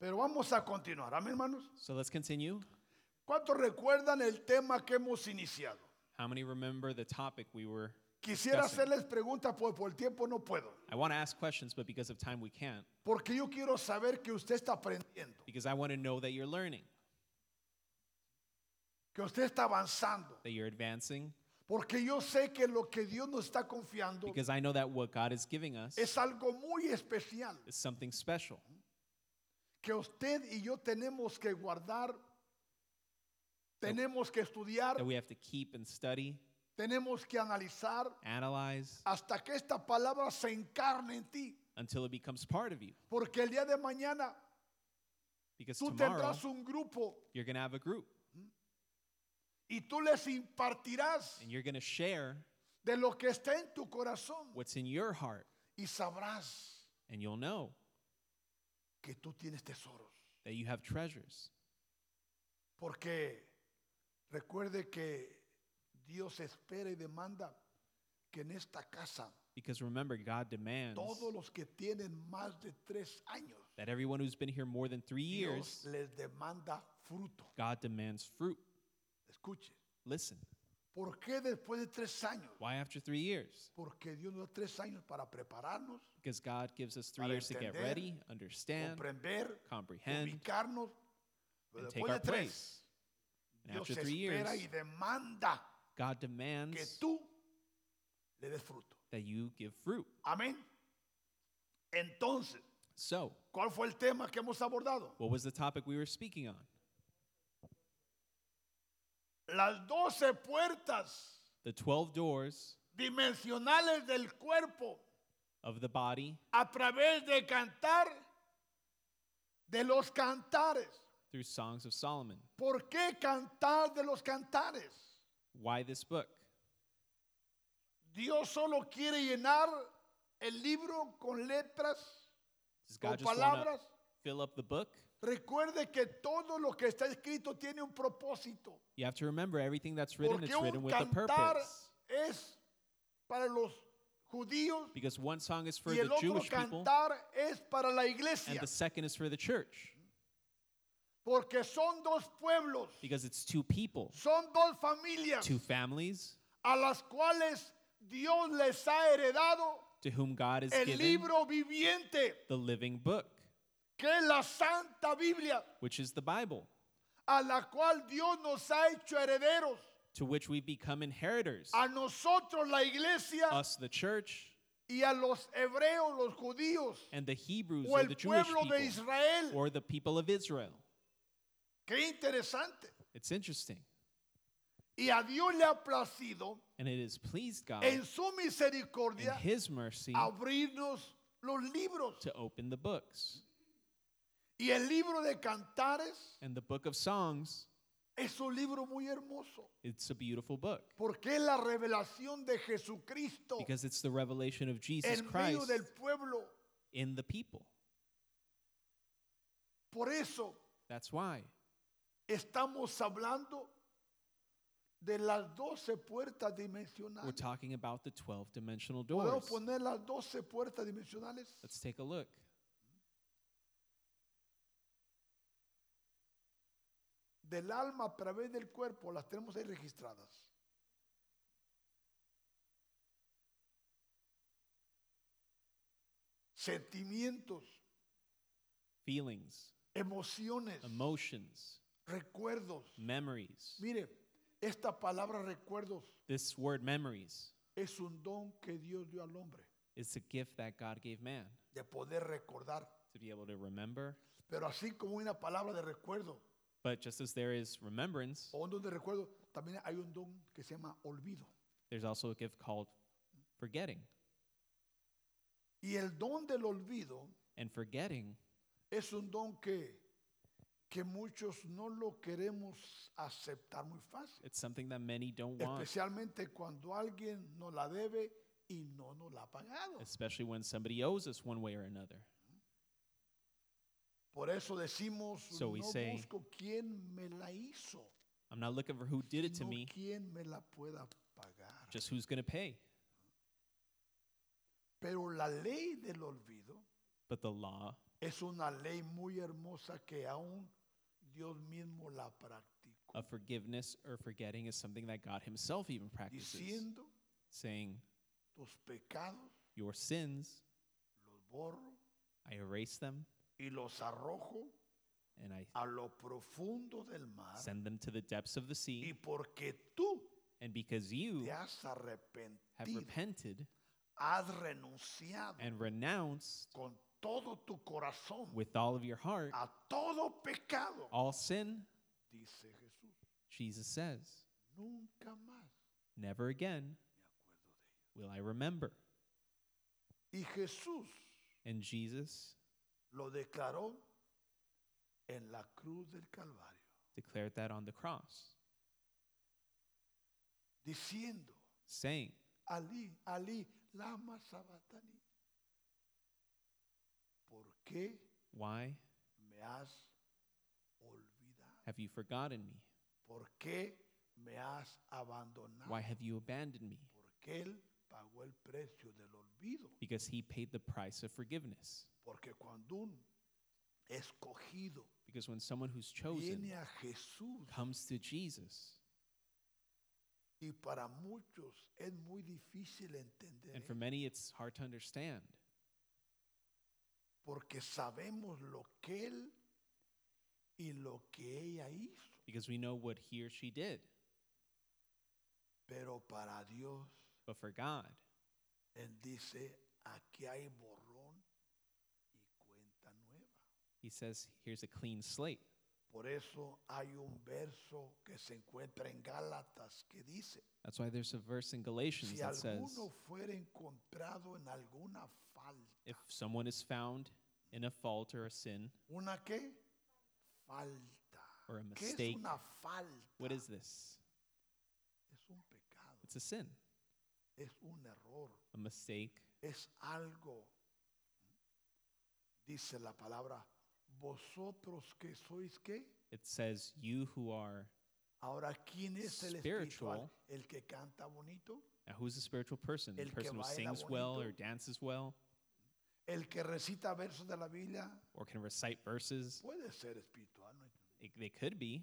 vamos a continuar. Amén, hermanos. So let's continue. ¿Cuántos recuerdan el tema que hemos iniciado? How many remember the topic we were? Quisiera Discussing. hacerles preguntas, pues por el tiempo no puedo. I want to ask questions, but because of time, we can't. Porque yo quiero saber que usted está aprendiendo, Because I want to know that you're learning, que usted está avanzando. that you're advancing, Porque yo sé que lo que Dios nos está confiando because I know that what God is giving us es algo muy especial is something special que usted y yo tenemos que guardar, tenemos que estudiar, that we have to keep and study, tenemos que analizar analyze hasta que esta palabra se encarne en ti. until it becomes part of you. Porque el día de mañana Because tú tomorrow, tendrás un grupo you're going to have a group y tú les impartirás and you're going to share de lo que está en tu corazón what's in your heart, y sabrás and you'll know que tú tienes tesoros. that you have treasures. Porque recuerde que Dios espera y demanda que en esta casa Because remember, God demands todos los que tienen más de tres años, that everyone who's been here more than three Dios years, les demanda fruto. God demands fruit. Escuche, Listen, ¿por qué después de tres años? why after three years? Porque Dios nos da tres años para prepararnos, Because God gives us three Para years to get entender, ready, understand, comprender, comprehend, ubicarnos. Pero and take después our de tres, place. And Dios after three years, espera y demanda God que demands tú le des fruto. that you give fruit. Amén. Entonces, So, ¿cuál fue el tema que hemos abordado? what was the topic we were speaking on? Las doce puertas The 12 doors dimensionales del cuerpo of the body a través de cantar de los cantares. through Songs of Solomon. ¿Por qué cantar de los cantares? Why this book? Dios solo quiere llenar el libro con letras, Does con God just want palabras. to fill up the book? Recuerde que todo lo que está escrito tiene un propósito. You have to remember everything that's written, Porque it's written un with a cantar purpose. es para los judíos Because one song is for y el the otro Jewish people, cantar es para la and iglesia. the second is for the church. Porque son dos pueblos, Because it's two people, son dos familias two families a las cuales Dios les ha heredado to whom God is el given libro viviente, the living book, que es la Santa Biblia, which is the Bible, a la cual Dios nos ha hecho herederos. to which we become inheritors. A nosotros la iglesia Us, the church, y a los hebreos, los judíos and the Hebrews, o or the el Jewish pueblo de people, Israel. or the people of Israel. Qué interesante. It's interesting. Y a Dios le ha placido And it has pleased God en su in misericordia His mercy abrirnos los libros. to open the books. Y el libro de Cantares And the book of Songs, es un libro muy hermoso it's a beautiful book porque es la revelación de Jesucristo because it's the revelation of Jesus en medio Christ del pueblo. in the people. Por eso That's why estamos hablando de las doce puertas we're dimensionales. talking about the 12 dimensional doors. ¿Podemos poner las doce puertas dimensionales? Let's take a look. Del alma a través del cuerpo, las tenemos ahí registradas. Sentimientos, Feelings, emociones, emotions, recuerdos. memories. Mire, esta palabra recuerdos This word memories es un don que Dios dio al hombre is a gift that God gave man de poder recordar. to be able to remember. Pero así como una palabra de recuerdo But just as there is remembrance, o un don de recuerdo, también hay un don que se llama olvido. there's also a gift called forgetting. Y el don del olvido And forgetting es un don que, que muchos no lo queremos aceptar muy fácil. It's something that many don't want, Especialmente cuando alguien nos la debe y no nos la ha pagado. especially when somebody owes us one way or another. Por eso decimos, So we no say, busco quién me la hizo, I'm not looking for who did it to sino me, quién me la pueda pagar. just who's going to pay. Pero la ley del olvido But the law Es una ley muy hermosa que aún Dios mismo la practicó, Of forgiveness or forgetting is something that God Himself even practices, diciendo, saying, tus pecados Your sins, los borro I erase them y los arrojo and I a lo profundo del mar. send them to the depths of the Y sea. porque tú And because you te has have arrepentido, repented has renunciado and renounced con todo tu corazón with all of your heart a todo pecado, all sin, dice Jesús, Jesus says, nunca más Never again me acuerdo de ellos. will I remember. Y Jesús And Jesus lo declaró en la cruz del Calvario, declared that on the cross, diciendo, saying, Alí, Alí, lama sabatani. ¿Por qué Why me has olvidado? have you forgotten me? ¿Por qué me has abandonado? Why have you abandoned me? Porque Él pagó el precio del olvido. Because he paid the price of forgiveness. Porque cuando un escogido Because when someone who's chosen viene a Jesús, comes to Jesus, y para muchos es muy difícil entender, and for many it's hard to understand porque sabemos lo que Él y lo que ella hizo. because we know what he or she did. Pero para Dios, But for God, Él dice, aquí hay borrón y cuenta nueva. he says, here's a clean slate. Por eso hay un verso que se encuentra en Gálatas que dice, That's why there's a verse in Galatians si that says, alguno fuera encontrado en alguna falta, if someone is found in a fault or a sin, ¿una qué? Falta. Or a ¿Qué es mistake. una falta? what is this? Es un pecado, It's a sin, es un error, a mistake, es algo. Dice la palabra, vosotros que sois qué? It says, You who are, Ahora, ¿quién es el espiritual? Spiritual. ¿El que canta bonito? now who's a spiritual person? The El que person who baila sings well or bonito. dances well ¿El que recita versos de la Biblia? or can recite verses. Puede ser espiritual, no hay- It, they could be,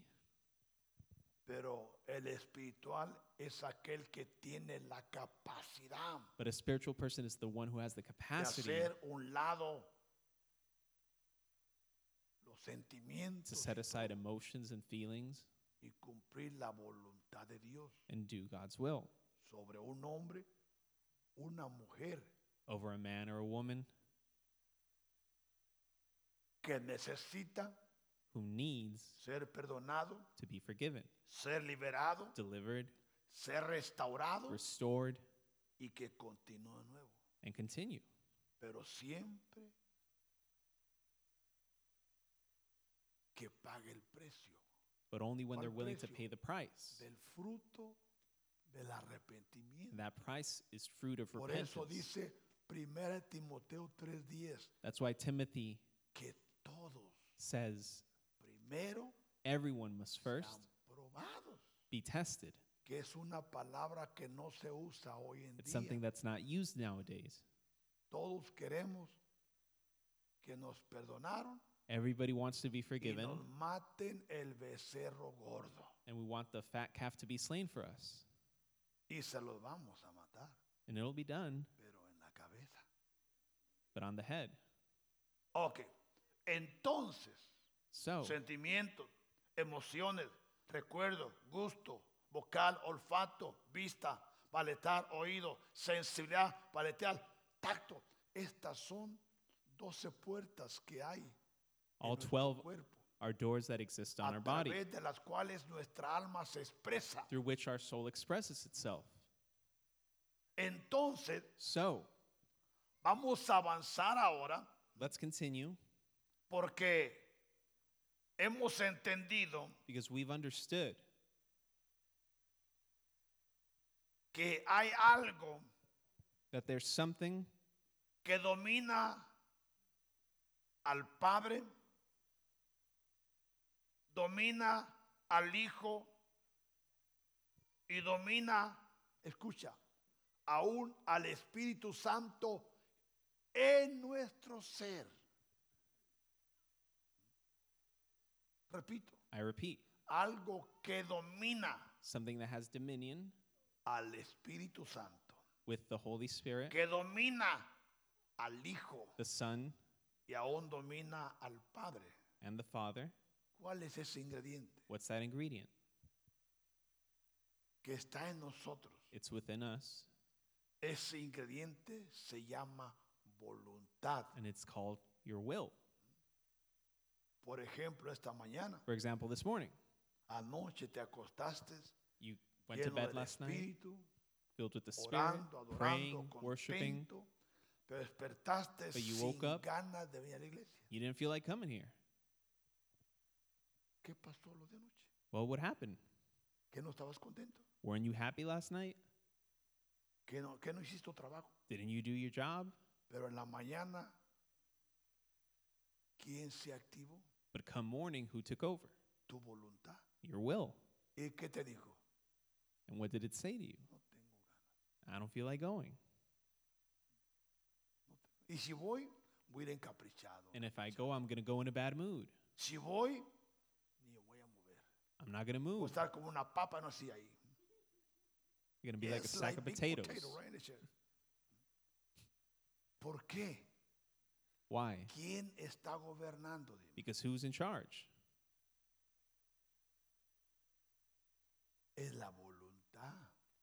pero el espiritual es aquel que tiene la capacidad but a spiritual person is the one who has the de capacity hacer un lado los sentimientos to set aside emotions and feelings y cumplir la voluntad de Dios and do God's will sobre un hombre, una mujer over a man or a woman que necesita who needs ser perdonado, to be forgiven, ser liberado, delivered, ser restaurado restored, y que continúe de nuevo. and continue. Pero siempre que pague el precio But only when ¿Cuál they're willing to precio? pay the price. del fruto del arrepentimiento. And that price is fruit of Por eso repentance. dice 1 Timoteo 3:10 That's why Timothy que todos says, primero Everyone must first sean probados, be tested. que es una palabra que no se usa hoy en It's día. something that's not used nowadays. Todos queremos que nos perdonaron Everybody wants to be y forgiven, nos maten el becerro gordo and we want the fat calf to be slain for us. y se los vamos a matar, And it'll be done, pero en la cabeza. but on the head. Ok, entonces So, sentimientos, emociones, recuerdo, gusto, vocal, olfato, vista, paletar, oído, sensibilidad, paletear, tacto. Estas son 12 puertas que hay en all nuestro 12 cuerpo, are doors that exist on a our body través de las cuales nuestra alma se expresa. through which our soul expresses itself. Entonces, So, vamos a avanzar ahora let's continue porque hemos entendido because we've understood que hay algo that there's something que domina al Padre, domina al Hijo y domina, escucha, aún al Espíritu Santo en nuestro ser. Repito, I repeat, algo que domina something that has dominion al Espíritu Santo, with the Holy Spirit, que domina al Hijo the Son, y aún domina al Padre. and the Father. ¿Cuál es ese ingrediente What's that ingredient? que está en nosotros? It's within us, Ese ingrediente se llama voluntad. and it's called your will. Por ejemplo, esta mañana, For example, this morning, anoche te acostaste you went to lleno bed del last night Espíritu, filled with the Spirit, orando, praying, adorando, worshiping. contento, pero despertaste But you sin woke up. ganas de venir a la iglesia. You didn't feel like coming here. ¿Qué pasó lo de anoche? Well, what happened? ¿Que no estabas contento? Weren't you happy last night? ¿Que no, que no hiciste tu trabajo? Didn't you do your job? Pero en la mañana, ¿quién se activó? But come morning, who took over? Tu voluntad. Your will. ¿Y qué te dijo? And what did it say to you? No tengo ganas. I don't feel like going. Y si voy, voy a ir encaprichado. And if I go, I'm going to go in a bad mood. Si voy, ni voy a mover. I'm not going to Voy a move. estar como una papa, no así ahí. You're going to be like a It's sack of big potatoes. potato, right? It's a- ¿Por qué? Why? ¿Quién está gobernando? Dime. Because who's in charge? Es la voluntad.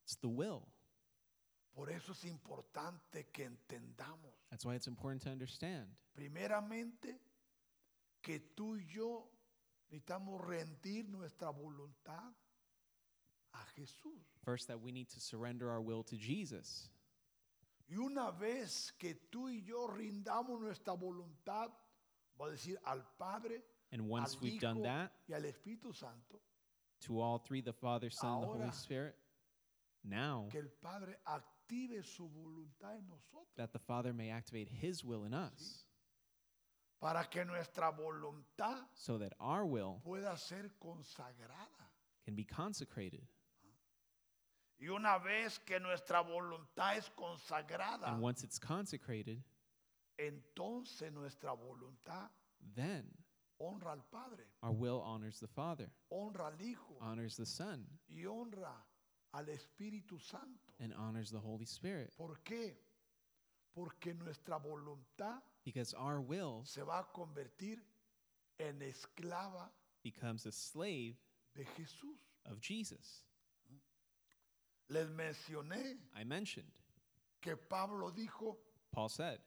It's the will. Por eso es importante que entendamos, That's why it's important to understand. primeramente, que tú y yo necesitamos rendir nuestra voluntad a Jesús. First, that we need to surrender our will to Jesus. Y una vez que tú y yo rindamos nuestra voluntad, va a decir al Padre, And al once we've done Hijo that, y al Espíritu Santo, to all three the Father, Son, and the Holy Ahora. Spirit, now que el Padre active su voluntad en nosotros, that the Father may activate His will in us para que nuestra voluntad so that our will pueda ser consagrada. can be consecrated. Y una vez que nuestra voluntad es consagrada, And once it's consecrated, entonces nuestra voluntad then honra al Padre, our will honors the Father, honra al Hijo honors the Son, y honra al Espíritu Santo. and honors the Holy Spirit. ¿Por qué? Porque nuestra voluntad Because our will se va a convertir en esclava becomes a slave de Jesús. of Jesus. Les mencioné I mentioned, que Pablo dijo, Paul said,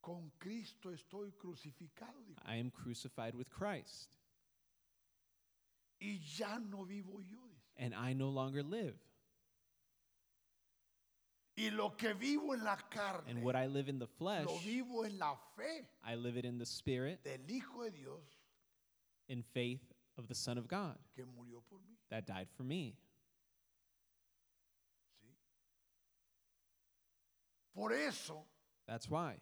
con Cristo estoy crucificado, dijo, I am crucified with Christ, y ya no vivo yo. dice. and I no longer live. Y lo que vivo en la carne, And what I live in the flesh, lo vivo en la fe I live it in the Spirit, del Hijo de Dios in faith of the Son of God que murió por mí. that died for me. ¿sí? Por eso That's why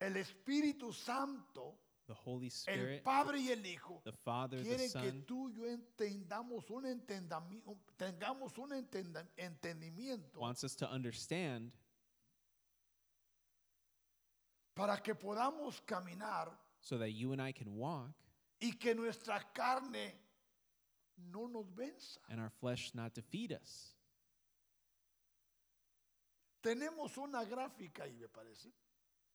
el Espíritu Santo, the Holy el Spirit, Padre y el Hijo, the Father, the quieren que Son, tú y yo entendamos un entendami- un- tengamos un entenda- entendimiento wants us to understand para que podamos caminar so that you and I can walk y que nuestra carne no nos venza. and our flesh not defeat us. Tenemos una gráfica ahí, me parece,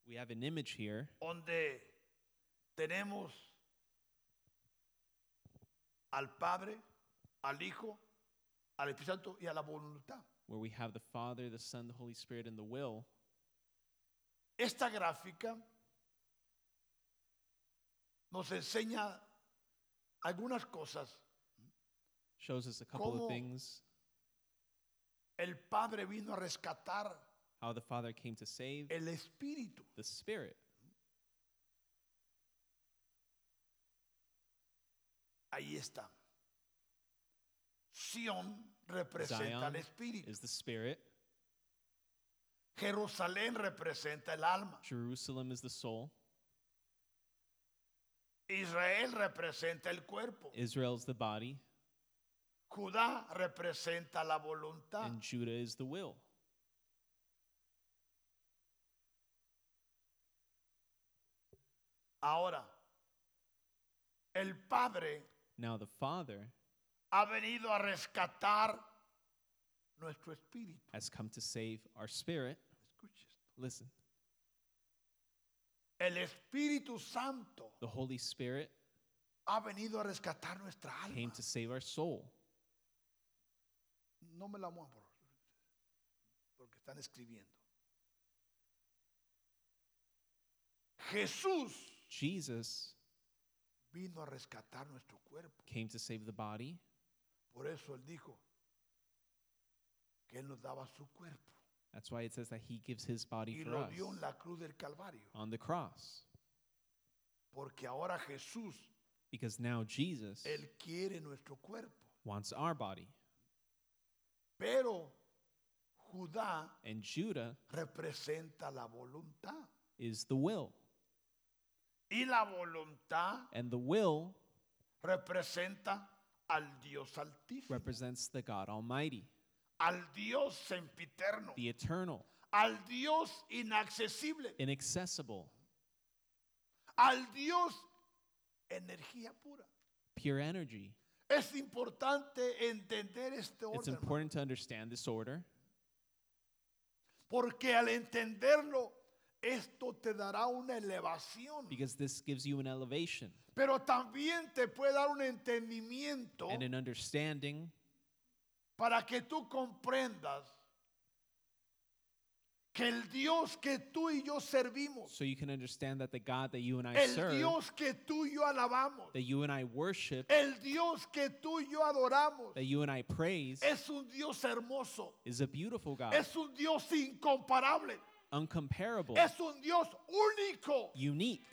We have an image here donde tenemos al Padre, al Hijo, al Espíritu Santo y a la voluntad. where we have the Father, the Son, the Holy Spirit, and the will. Esta gráfica nos enseña algunas cosas. Shows us a couple ¿Cómo? of things El Padre vino a rescatar how the Father came to save el Espíritu. the Spirit. Ahí está. Sion representa al Zion espíritu. is the Spirit, Jerusalén representa el alma. Jerusalem is the soul, Israel representa el cuerpo. Israel is the body, Judá representa la voluntad. and Judah is the will. Ahora, El Padre Now the Father ha venido a rescatar nuestro espíritu. has come to save our spirit. Escuche esto. Listen, El Espíritu Santo the Holy Spirit ha venido a rescatar nuestra came alma. to save our soul. No me la muevan por favor, porque están escribiendo. Jesús Jesus vino a rescatar nuestro cuerpo. came to save the body. Por eso él dijo que él nos daba su cuerpo That's why it says that he gives his body y for lo us dio en la cruz del Calvario, on the cross. porque ahora Jesús Because now Jesus él quiere nuestro cuerpo. wants our body. Pero Judá And Judah representa la voluntad is the will. y la voluntad And the will representa al Dios altísimo, represents the God Almighty, al Dios sempiterno, the eternal, al Dios inaccesible, inaccessible, al Dios energía pura. pure energy. Es importante entender este It's orden, hermano, important to understand this order porque al entenderlo esto te dará una elevación, because this gives you an elevation pero también te puede dar un entendimiento and an understanding para que tú comprendas que el Dios que tú y yo servimos, so you can understand that the God that you and I el serve, Dios que tú y yo alabamos, that you and I worship, el Dios que tú y yo adoramos, that you and I praise, es un Dios hermoso, is a beautiful God, es un Dios incomparable, uncomparable, es un Dios único, unique,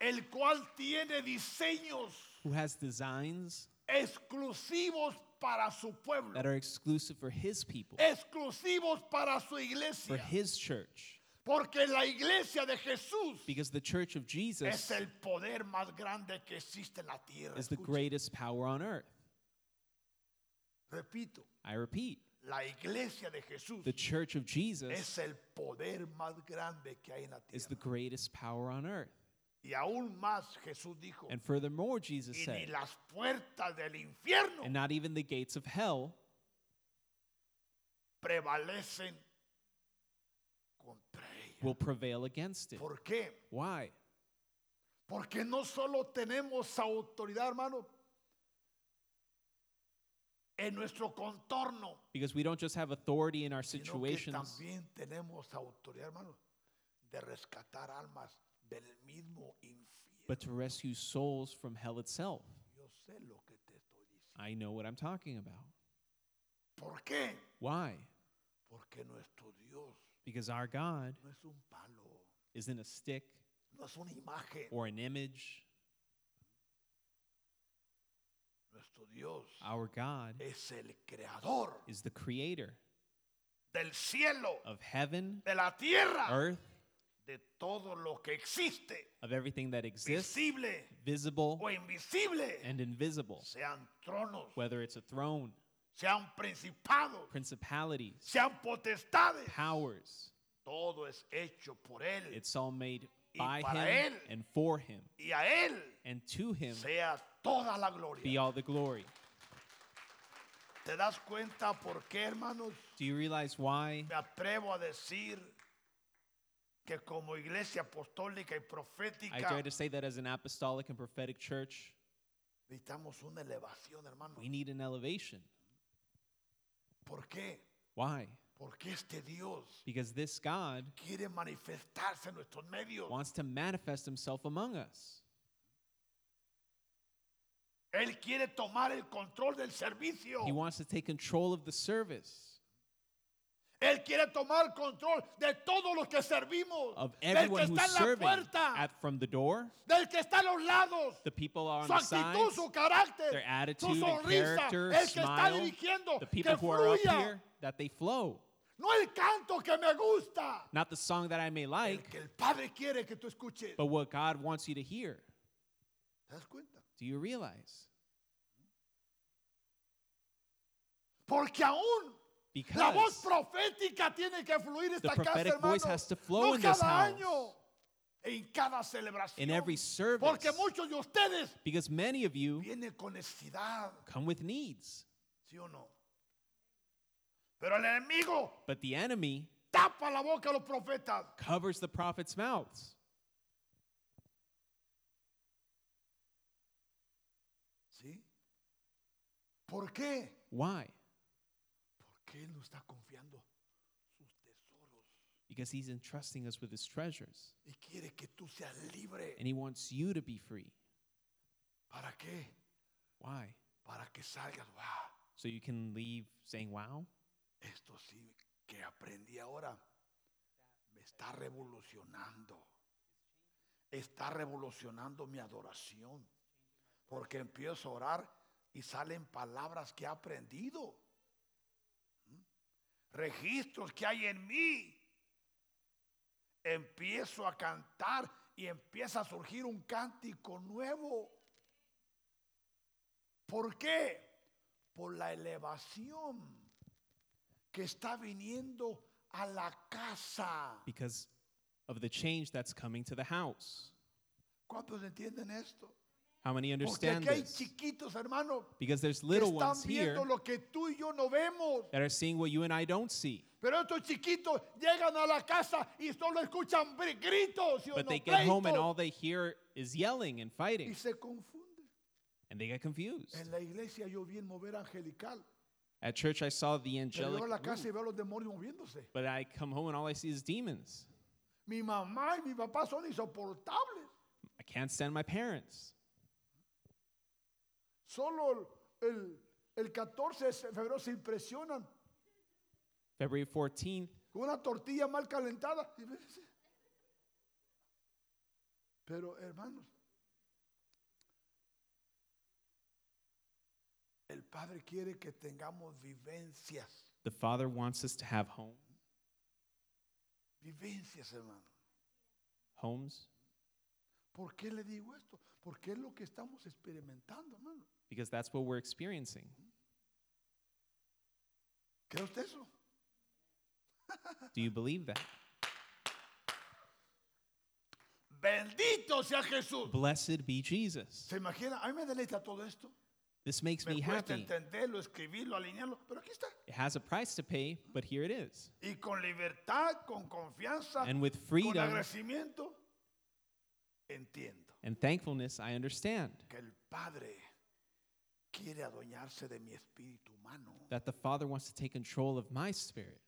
el cual tiene diseños who has designs exclusivos para su pueblo, that are exclusive for his people, exclusivos para su for iglesia, his church, porque la iglesia de Jesús because the church of es Jesus el poder más grande que existe en la tierra. is the Escuche, greatest power on earth. repito, I repeat, la iglesia de Jesús the church of Jesus es el poder más grande que hay en la is the tierra. greatest power on earth. Y aún más Jesús dijo, And furthermore, Jesus y ni said, las puertas del infierno and not even the gates of hell prevalecen contra ella. will prevail against it. ¿Por qué? Why? Porque no solo tenemos autoridad, hermano, en nuestro contorno, Because we don't just have authority in our sino que situations, también tenemos autoridad, hermano, de rescatar almas del mismo infierno. but to rescue souls from hell itself. Yo sé lo que te estoy diciendo. I know what I'm talking about. ¿Por qué? Why? Porque nuestro Dios Because our God no es un palo, isn't a stick no es una imagen. or an image. Nuestro Dios Our God es el creador is the creator del cielo, of heaven, de la tierra, earth, de todo lo que existe, of everything that exists, visible visible o invisible, and invisible, sean tronos, whether it's a throne, sean principados, principalities, sean potestades. powers. Todo es hecho por Él It's all made Y by para him él. and for him, y a Él and to him sea toda la be gloria. all the glory. ¿Te das cuenta por qué, hermanos? Do you realize why Me atrevo a decir que como iglesia apostólica y I profética dare to say that as an apostolic and prophetic church, necesitamos una elevación, hermano. we need an elevation. ¿Por qué? Why? Porque este Dios Because this God quiere manifestarse en nuestros medios. wants to manifest himself among us. Él quiere tomar el control del servicio. He wants to take control of the service, Él quiere tomar control de todos los que servimos. of del que everyone está who's en la serving puerta, at, from the door. del que está a los lados. The people are on Su the actitud, sides, su carácter, their attitude su and sonrisa, character, el que está smile, dirigiendo, the que people who are up fluya. here, that they flow. No el canto que me gusta, Not the song that I may el like, que el Padre quiere que tú escuches. but what God wants you to hear. ¿Te das cuenta? Do you realize? Porque aún la voz Because profética tiene que fluir esta casa, prophetic voice hermano. has to flow no in cada this house. año, en cada celebración. in every service. Porque muchos de ustedes Because many of you vienen con necesidad, come with needs. ¿sí o no? Pero el enemigo But the enemy tapa la boca a los profetas. covers the prophet's mouths. ¿Sí? ¿Por qué? Why? Porque él no está confiando sus tesoros Because he's entrusting us with his treasures. y quiere que tú seas libre. And he wants you to be free. ¿Para qué? Why? Para que salgas, wow, So you can leave saying, wow, esto sí que aprendí ahora me está revolucionando. Está revolucionando mi adoración. Porque empiezo a orar y salen palabras que he aprendido. ¿Mm? Registros que hay en mí. Empiezo a cantar y empieza a surgir un cántico nuevo. ¿Por qué? Por la elevación que está viniendo a la casa. because of the change that's coming to the house. ¿Cuántos entienden esto? How many Porque understand aquí hay this? chiquitos, hermano, Because there's que little están ones here viendo lo que tú y yo no vemos. that are seeing what you and I don't see. Pero estos chiquitos llegan a la casa y solo escuchan br- gritos ¿sí o But no? they get home and Pleitos. all they hear is yelling and y fighting. se confunden. And they get confused. En la iglesia yo vi el mover angelical. At church, I saw the Pero angelic. llego a la casa move, y veo a los demonios moviéndose. But I come home and all I see is demons. Mi mamá y mi papá son insoportables. I can't stand my parents. Solo el, el- el 14 de febrero se impresionan February 14th, con una tortilla mal calentada. Pero hermanos, el Padre quiere que tengamos vivencias, the Father wants us to have home, vivencias hermanos. homes ¿Por qué le digo esto? Porque es lo que estamos experimentando, hermano. because that's what we're experiencing. ¿Cree usted eso? Do you believe that? Bendito sea Jesús. Blessed be Jesus. ¿Se imagina? A mí me deleita todo esto. This makes me Me cuesta happy. entenderlo, escribirlo, alinearlo, pero aquí está. It has a price to pay, but here it is. Y con libertad, con confianza, And with Ah, con freedom agradecimiento, entiendo and thankfulness, I understand que el Padre quiere adueñarse de mi espíritu humano. that the Father wants to take control of my spirit.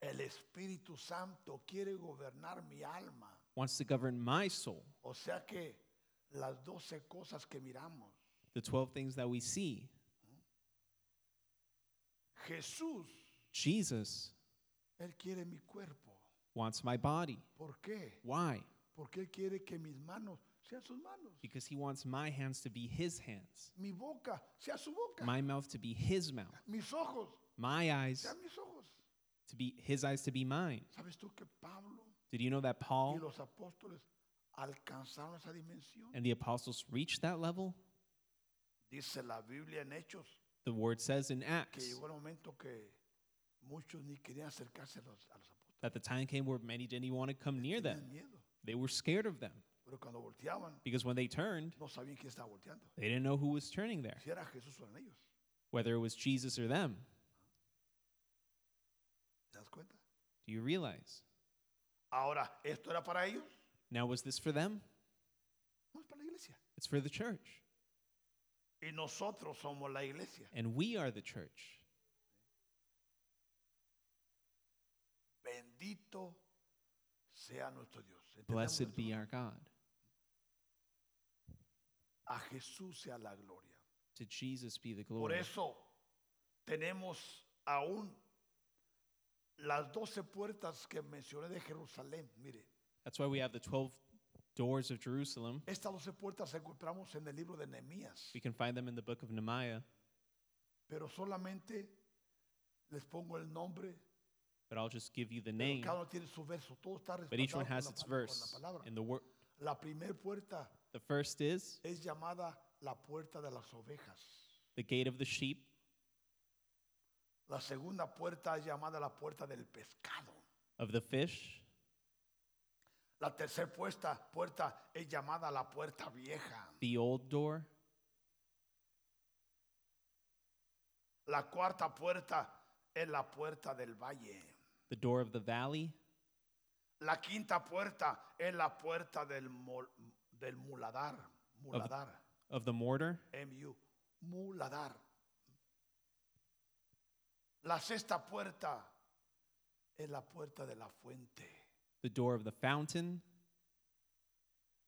El Espíritu Santo quiere gobernar mi alma. wants to govern my soul. O sea que las doce cosas que miramos, The 12 things that we see. Jesús, Jesus Él quiere mi cuerpo. wants my body. ¿Por qué? Why? Porque Él quiere que mis manos sean sus manos, Because he wants my hands to be his hands, mi boca sea su boca, my mouth to be his mouth, mis ojos my eyes sean mis ojos. to be his eyes to be mine. ¿Sabes tú que Pablo Did you know that y Paul los apóstoles alcanzaron esa dimensión? and the apostles reached that level? Dice la Biblia en Hechos The word says in que Acts llegó el momento que muchos ni querían acercarse a los, a los apóstoles. that the time came where many didn't even want to come near them. Tenían miedo. They were scared of them Pero cuando volteaban, because when they turned, no sabían quién estaba volteando. they didn't know who was turning there, Si era Jesús o eran ellos. whether it was Jesus or them. ¿Te das cuenta? Do you realize? Ahora, ¿esto era para ellos? Now, was this for them? No, es para la iglesia. It's for the church. Y nosotros somos la iglesia. and we are the church. Bendito sea nuestro Dios. ¿Entendemos Blessed esto? be our God. A Jesús sea la gloria. To Jesus be the Por glory. eso tenemos aún las doce puertas que mencioné de Jerusalén. Mire, That's why we have the 12 doors of Jerusalem. estas doce puertas las encontramos en el libro de Nehemías, We can find them in the book of Nehemiah, pero solamente les pongo el nombre. but I'll just give you the pero name. Cada uno tiene su verso, todo está But each one respaldado has con la its pal- con verse. la palabra. And the word, La primera puerta the first is es llamada la puerta de las ovejas. the gate of the sheep. La segunda puerta es llamada la puerta del pescado. Of the fish, La tercera puerta, puerta es llamada la puerta vieja. the old door, La cuarta puerta es la puerta del valle. the door of the valley, La quinta puerta es la puerta del, mol- del muladar. Muladar. of the mortar, MU. Muladar. La sexta puerta es la puerta de la fuente. the door of the fountain,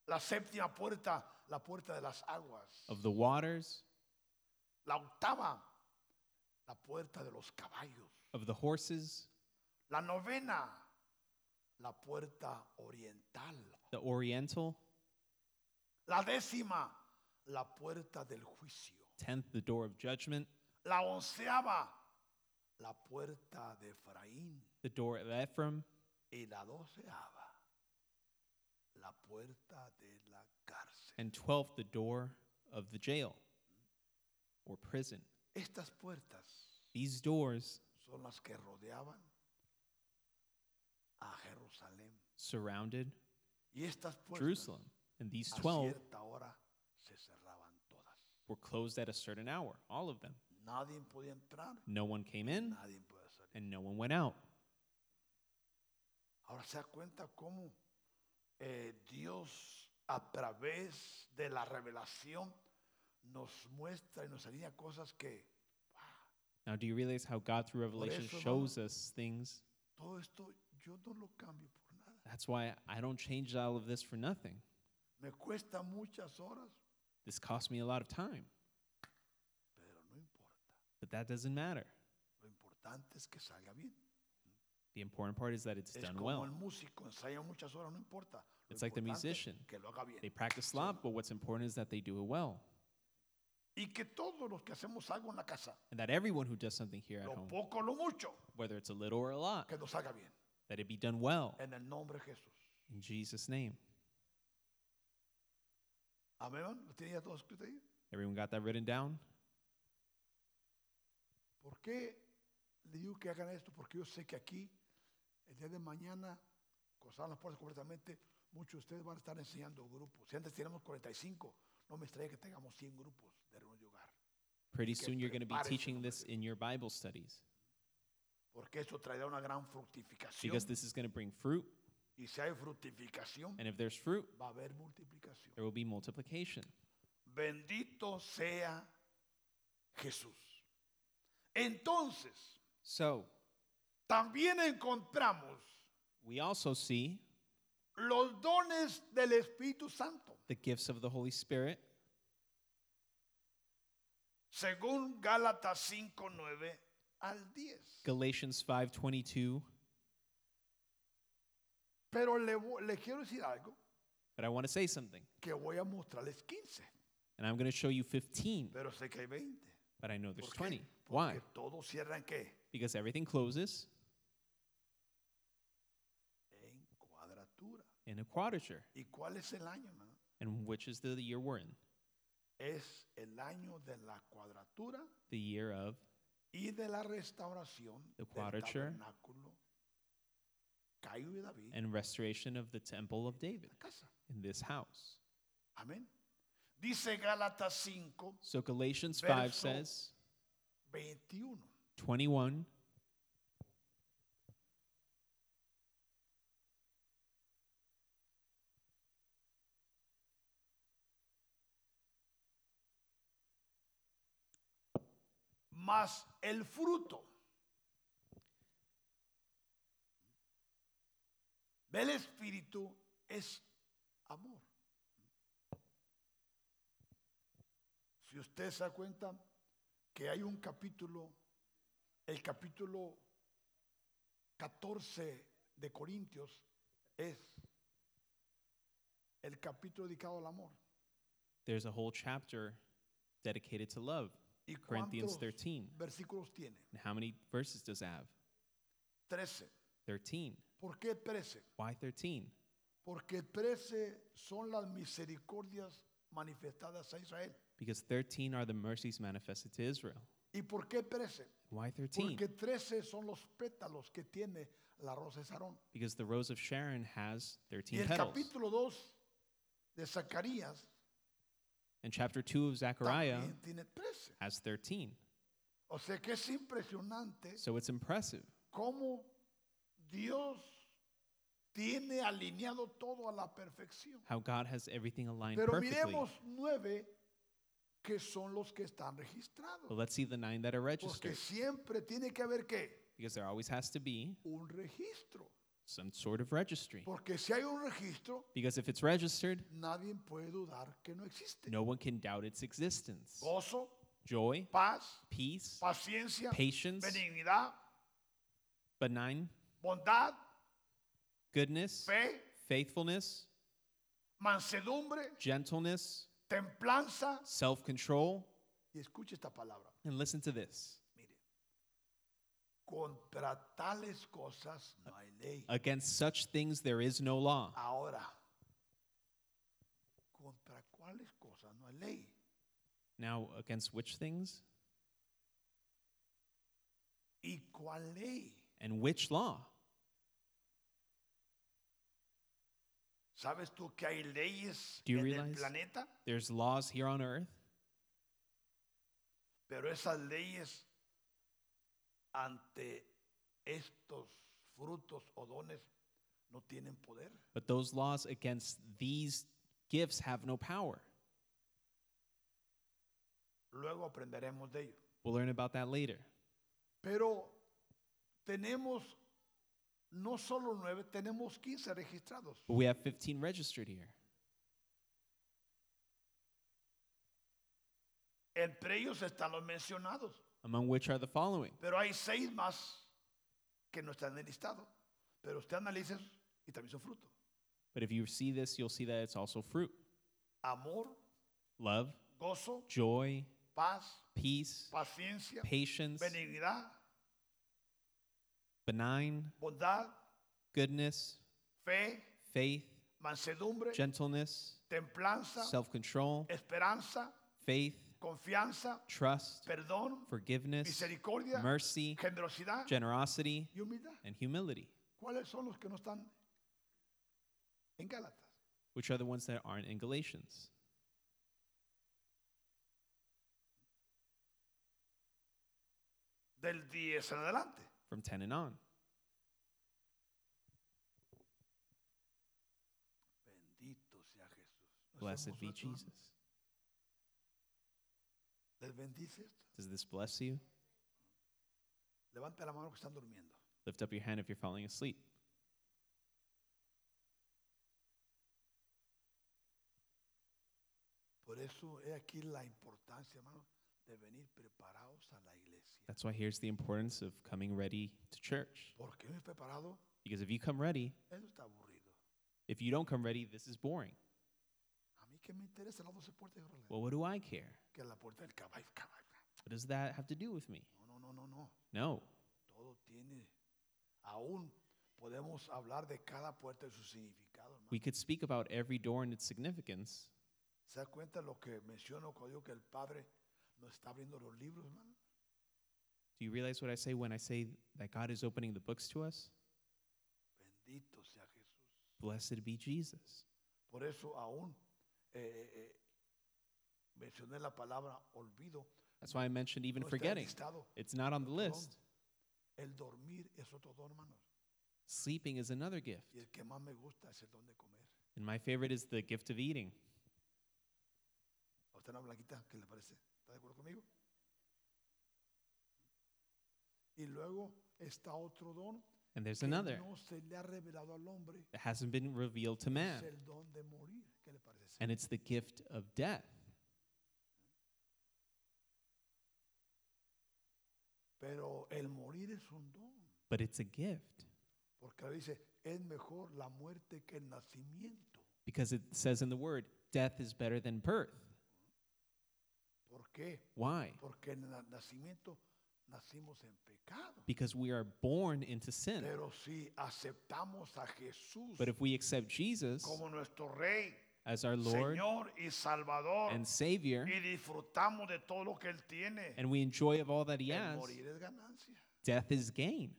La séptima puerta, la puerta de las aguas. of the waters, La octava, la puerta de los caballos. of the horses, La novena, la puerta oriental. the oriental, La décima, la puerta del juicio. tenth, the door of judgment, La onceava, la puerta de Efraín. the door of Ephraim, Y la doceava, la puerta de la cárcel. and twelfth, the door of the jail or prison. Estas puertas These doors son las que rodeaban a Jerusalén. surrounded Y estas puertas Jerusalem, and these a 12 cierta hora se cerraban todas. were closed at a certain hour, all of them. Nadie podía entrar, No one came in, nadie podía salir. and no one went out. Ahora se da cuenta cómo eh, Dios a través de la revelación nos muestra y nos enseña cosas que ¡guau! Now, do you realize how God through revelation eso, shows us things? todo esto yo no lo cambio por nada. That's why I don't change all of this for nothing. Me cuesta muchas horas, This cost me a lot of time, pero no importa. but that doesn't matter. Lo importante es que salga bien. The important part is that it's Es done como well. el músico, ensaya muchas horas, no importa. Lo It's like the importante musician. Que lo haga bien. They practice a lot, but what's important is that they do it well. Y que todos los que hacemos algo en la casa, And that everyone who does something here at lo home, poco, lo mucho, whether it's a little or a lot, que nos haga bien. that it be done well En el nombre de Jesús. in Jesus' name. Amén. hermano? ¿Lo tenía todo escrito ahí? Everyone got that written down? ¿Por qué le digo que hagan esto? Porque yo sé que aquí, el día de mañana, cruzaron las puertas completamente, muchos de ustedes van a estar enseñando grupos. Si antes teníamos 45, no me extraña que tengamos 100 grupos de reunión de hogar. Pretty que soon you're going to be preparen su teaching this corazón. in your Bible studies Porque eso traerá una gran because fructificación. this is going to bring fruit. Y si hay fructificación, And if there's fruit, va a haber multiplicación. there will be multiplication. Bendito sea Jesús. Entonces, So también encontramos we also see los dones del Espíritu Santo. the gifts of the Holy Spirit según Gálatas 5, 9 al 10. Galatians 5:22, Pero le, vo- le quiero decir algo but I want to say something. que voy a mostrarles 15, And I'm going to show you 15, pero sé que hay 20. but I know there's ¿Por qué? 20. Porque Why? todos cierran qué? Because everything closes En cuadratura. in a quadrature. ¿Y cuál es el año, hermano? And which is the year we're in? Es el año de la cuadratura The year of y de la restauración The del quadrature. tabernáculo Cayo y David and restoration of the temple of David la casa. in this house. Amén. Dice Gálatas 5, So Galatians 5 Verso says 21. 21 más el fruto del Espíritu es amor. Si usted se da cuenta que hay un capítulo, el capítulo 14 de Corintios es el capítulo dedicado al amor. there's a whole chapter dedicated to love. ¿Y Corinthians cuántos 13. versículos tiene? And how many verses does it have? 13. 13. ¿Por qué 13? Why 13? Porque 13 son las misericordias manifestadas a Israel. Because 13 are the mercies manifested to Israel. ¿Y por qué 13? Why 13? Porque 13 son los pétalos que tiene la rosa de Sarón. because the Rose of Sharon has Y 13 el petals. capítulo 2 de Zacarías And chapter 2 of Zechariah también tiene 13. has 13. O sea que es impresionante So it's impressive cómo Dios tiene alineado todo a la perfección. how God has everything aligned Pero perfectly. miremos nueve que son los que están But registrados. let's see the nine that are Porque registered siempre tiene que haber qué? because there always has to be Un registro. some sort of registry. Porque si hay un registro, Because if it's registered, nadie puede dudar que no existe. no one can doubt its existence. Gozo, Joy, paz, peace, paciencia, patience, benignidad, benign, bondad, goodness, fe, faithfulness, mansedumbre, gentleness, templanza. self control. Y escuche esta palabra. And listen to this Mire, contra tales cosas no hay ley. against such things there is no law. Ahora, ¿contra cuáles cosas no hay ley? Now, against which things? ¿Y cuál ley? And which law? ¿Sabes tú que hay leyes Do you en el realize? planeta? There's laws here on earth, Pero esas leyes ante estos frutos o dones no tienen poder. but those laws against these gifts have no power. Luego aprenderemos de ello. We'll learn about that later. Pero tenemos no solo nueve, tenemos 15 registrados. But we have 15 registered here. Entre ellos están los mencionados. among which are the following. Pero hay seis más que no están en el listado. Pero usted analiza esos y también son fruto. But if you see this, you'll see that it's also fruit Amor, love, gozo, joy, paz, peace, paciencia, patience, benignidad, benign, bondad, goodness, fe, faith, mansedumbre, gentleness, templanza, self control, esperanza, faith, confianza, trust, perdón, forgiveness, misericordia, mercy, generosidad generosity, y humildad. and humility, ¿Cuáles son los que no están en Gálatas? which are the ones that aren't in Galatians. Del 10 en adelante. From 10 and on. Bendito sea Jesús. ¿No es Blessed hermoso be esto, no? Jesus. ¿Les bendice esto? Does this bless you? Levante la mano que están durmiendo. Lift up your hand if you're falling asleep. Por eso es aquí la importancia, hermano, de venir preparados a la iglesia. That's why here's the importance of coming ready to church. Porque no es preparado, Because if you come ready, eso está aburrido. If you don't come ready, this is boring. A mí que me interesa las 12 puertas de Israel. Well, what do I care? Que la puerta del caballo, caballo. What does that have to do with me? No, no, no, no, no. No. Todo tiene. Aún podemos hablar de cada puerta y su significado, hermano. We could speak about every door and its significance. ¿Se da cuenta lo que menciono cuando digo que el Padre nos está abriendo los libros, hermano? Do you realize what I say when I say that God is opening the books to us? Bendito sea Jesús. Blessed be Jesus. Por eso aún eh, eh, eh, mencioné la palabra olvido. That's why I mentioned even No está forgetting. listado. It's not on the Otro don. list. El dormir es otro don, hermanos. Sleeping is another gift. Y el que más me gusta es el don de comer. And my favorite is the gift of eating. ¿A usted no, Blanquita? ¿Qué le parece? ¿Está de acuerdo conmigo? Y luego está otro don And there's que another no se le ha revelado al hombre. that hasn't been revealed to man, Es el don de morir. ¿Qué le parece? and it's the gift of death. Pero el morir es un don. But it's a gift Porque la Biblia dice, es mejor la muerte que el nacimiento. because it says in the word, death is better than birth. ¿Por qué? Why? Porque en el nacimiento nacimos en pecado. because we are born into sin. Pero si aceptamos a Jesús But if we accept Jesus como nuestro Rey, as our Lord Señor y Salvador, and Savior, y disfrutamos de todo lo que Él tiene, and we enjoy of all that He el has, morir es ganancia. death is gain.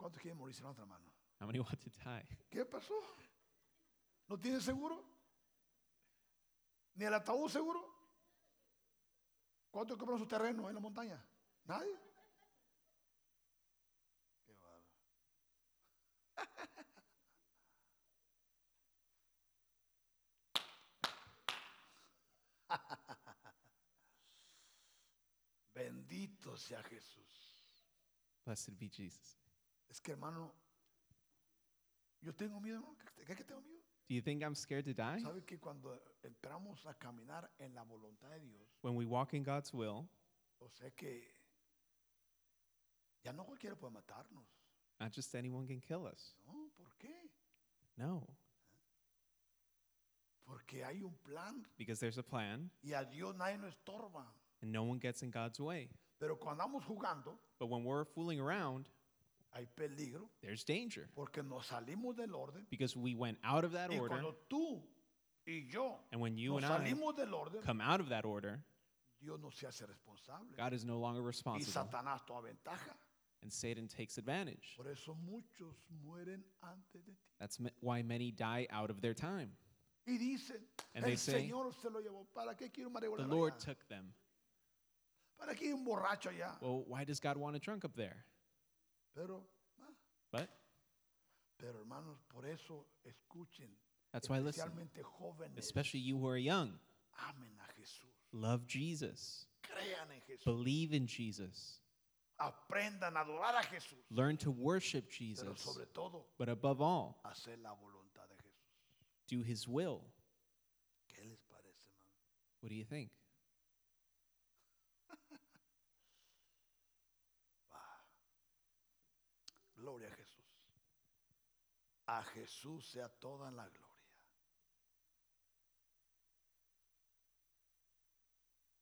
¿Cuántos quieren morirse en la otra mano? How many want to die? ¿Qué pasó? ¿No tiene seguro? ¿Ni el ataúd seguro? ¿Cuántos compraron su terreno en la montaña? ¿Nadie? Qué bárbaro. Bendito sea Jesús. Blessed be Jesus. Es que hermano, yo tengo miedo, hermano. ¿Qué- ¿Qué es que tengo miedo? Do you think I'm scared to die? ¿Sabe que cuando entramos a caminar en la voluntad de Dios, When we walk in God's will, o sea que ya no cualquiera puede matarnos, not just anyone can kill us. ¿no? ¿Por qué? No, Porque hay un plan because there's a plan y a Dios nadie nos estorba. and no one gets in God's way. Pero cuando andamos jugando, But when we're fooling around, hay peligro there's danger porque nos salimos del orden. because we went out of that Y order. cuando tú y yo And when you nos and I salimos del orden, come out of that order, Dios no se hace responsable. God is no longer Y responsible Satanás toma ventaja. and Satan takes advantage. Por eso muchos mueren antes de ti. That's m- why many die out of their time. Y dicen, And el they say, Señor se lo llevó. ¿Para qué quiero un The marihuana Lord allá? took them. ¿Para qué un borracho allá? Well, why does God want a drunk up there? Pero, ah, But pero hermanos, por eso escuchen. that's why listen, especialmente jóvenes, especially you who are young, amen a Jesús. love Jesus, Crean en Jesús. believe in Jesus, Aprendan a adorar a Jesús. learn to worship Pero Jesus, sobre todo, but above all, hacer la voluntad de Jesús. do his will. ¿Qué les parece, hermano? What do you think? Ah, Gloria a Jesús. A Jesús sea toda la gloria.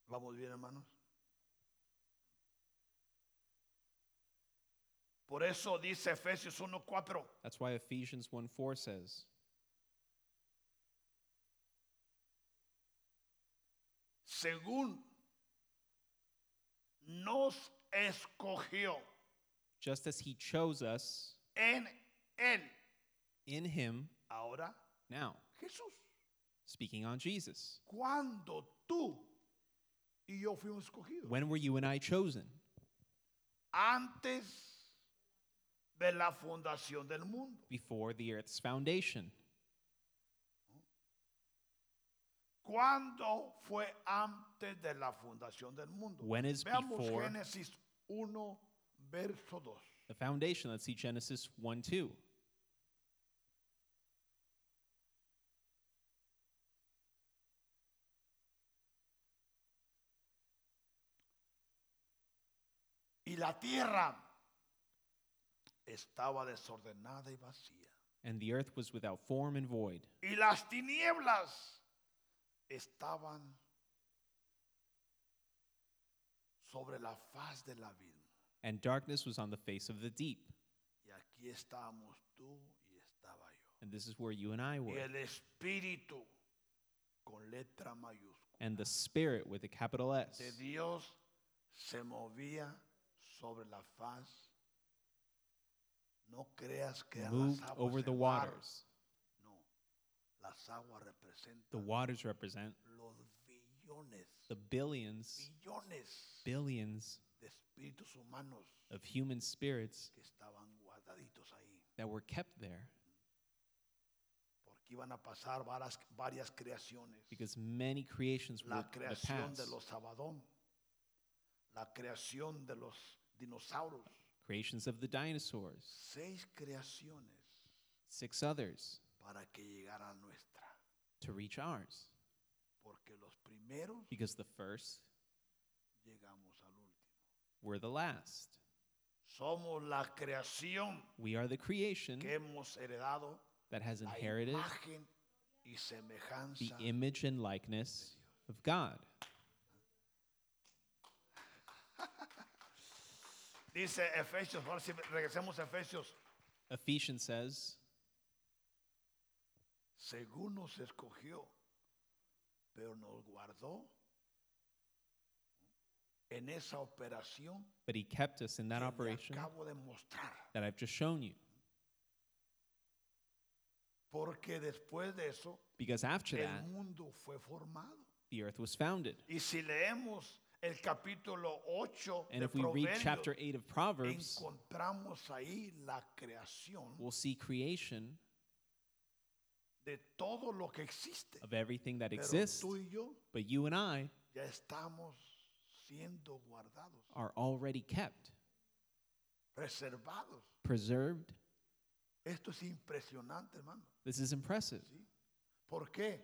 ¿Vamos bien, hermanos? Por eso dice Efesios 1:4, That's why Ephesians 1 4 says, según nos escogió just as he chose us en él. in him Ahora, now. Jesús. Speaking on Jesus. Cuando tú y yo fuimos escogidos. When were you and I chosen? antes de la fundación del mundo. Before the earth's foundation. ¿Cuándo fue antes de la fundación del mundo? When is Veamos before? Génesis 1, verso 2. The foundation. Let's see Genesis 1 2. Y la tierra estaba desordenada y vacía. And the earth was without form and void, Y las tinieblas estaban sobre la faz del abismo. and darkness was on the face of the deep. Y aquí estábamos tú y estaba yo. And this is where you and I Y were. el Espíritu, con letra mayúscula, And the Spirit with a capital S de Dios se movía sobre la faz. No creas que eran moved las aguas over de the mar. waters. No, las aguas The representan waters represent los billones, the billions, billones billions de espíritus humanos of human spirits que estaban guardaditos ahí, that were kept there porque iban a pasar varas- varias creaciones. because many creations were la would would creación de pass. los Abadón, la creación de los dinosaurios, creations of the dinosaurs, seis creaciones six others para que llegara a nuestra, to reach ours porque los primeros because the first llegamos al último. were the last. Somos la creación We are the creation que hemos heredado that has la Mm-hmm. inherited imagen y semejanza. the image and likeness of God. Dice Efesios, ahora sí regresemos a Efesios, Ephesians says, según nos escogió, pero nos guardó en esa operación But he kept us in que that le operation acabo de mostrar. that I've just shown you. Porque después de eso, Because after el that, mundo fue formado. the earth was founded. Y si leemos el capítulo 8 And de if we read Proverbios, chapter 8 of Proverbs, encontramos ahí la creación we'll see creation de todo lo que existe. of everything that Pero exists. tú y yo But you and I ya estamos siendo guardados, are already kept, reservados. preserved. Esto es impresionante, hermano. This is impressive ¿sí? ¿Por qué?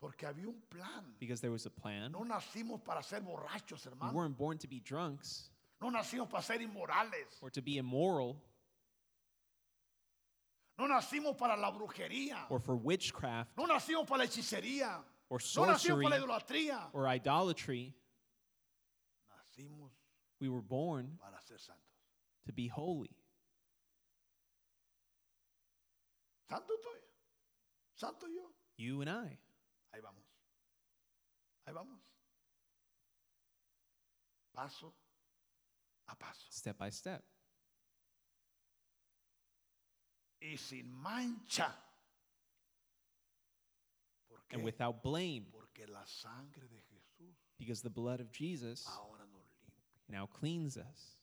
Porque había un plan. because there was a plan. No nacimos para ser borrachos, We hermano. weren't born to be drunks No nacimos para ser inmorales. or to be immoral No nacimos para la brujería. or for witchcraft No nacimos para la hechicería. or No nacimos sorcery para la idolatría. or idolatry. Nacimos We were born para ser santos. to be holy. Santo tú, santo yo. You and I. Ahí vamos. Ahí vamos. Paso a paso. step by step. Y sin mancha. ¿Por qué? And without blame, Porque la sangre de Jesús because the blood of Jesus ahora nos limpia, now cleans us,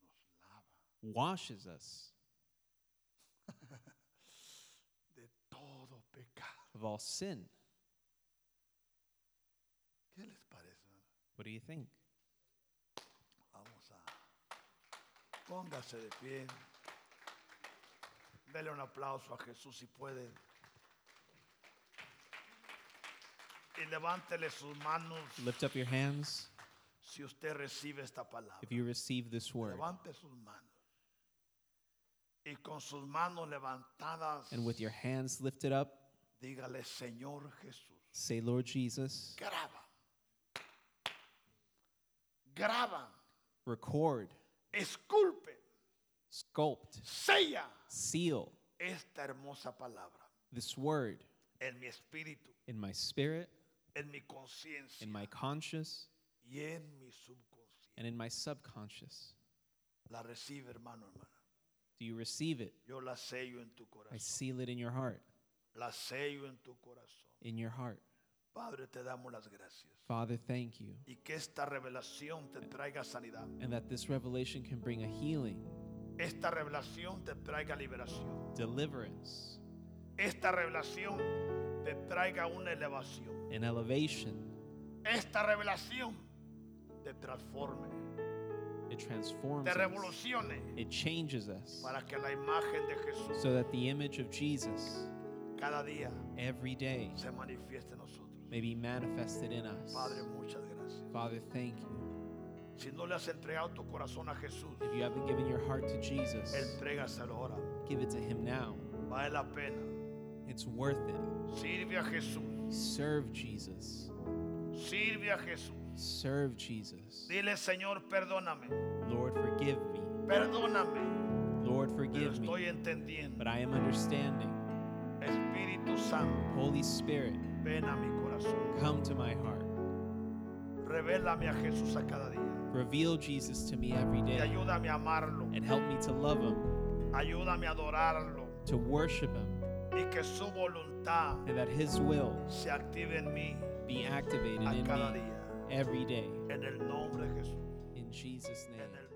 nos lava washes us de todo pecado. of all sin. ¿Qué les parece? hermano? What do you think? Vamos a. Póngase de pie. Dele un aplauso a Jesús si puede. Y levántele sus manos Lift up your hands si usted recibe esta palabra. if you receive this word. Levante sus manos. Y con sus manos levantadas, And with your hands lifted up, dígale, Señor Jesús, say, Lord Jesus, graba. Graba, record, esculpe, sculpt, sella seal esta hermosa palabra. this word en mi espíritu, in my spirit, en mi conciencia in my conscious, y en mi subconsciente. and in my subconscious. La recibe, hermano, hermana. Do you receive it? Yo la sello en tu I corazón. seal it in your heart, La sello en tu corazón. in your heart. Padre, te damos las gracias. Father, thank you. Y que esta revelación te traiga sanidad. and that this revelation can bring a healing, Esta revelación te traiga liberación. deliverance, Esta revelación te traiga una elevación. and elevation. Esta revelación te transforme, It transforms te us, revolucione it changes us para que la imagen de Jesús so that the image of Jesus cada día every day se manifieste en nosotros. may be manifested in us. Padre, muchas gracias. Father, thank you. Si no le has entregado tu corazón a Jesús, If you haven't given your heart to Jesus, entrégaselo ahora. give it to Him now. Vale la pena. It's worth it. Sirve a Jesús. Serve Jesus. Sirve a Jesús. Serve Jesus. Dile, Señor, perdóname. Lord, forgive me. Perdóname. Lord, Pero forgive estoy me. entendiendo. But I am understanding. Espíritu Santo, Holy Spirit, ven a mi corazón. come to my heart. Revélame a Jesús a cada día. Reveal Jesus to me every Y day ayúdame a amarlo. and help me to love him, Ayúdame a adorarlo. to worship him, Y que su voluntad and that his will se active en mí be activated a in cada me día. every day. En el nombre de Jesús. In Jesus' En el name. nombre.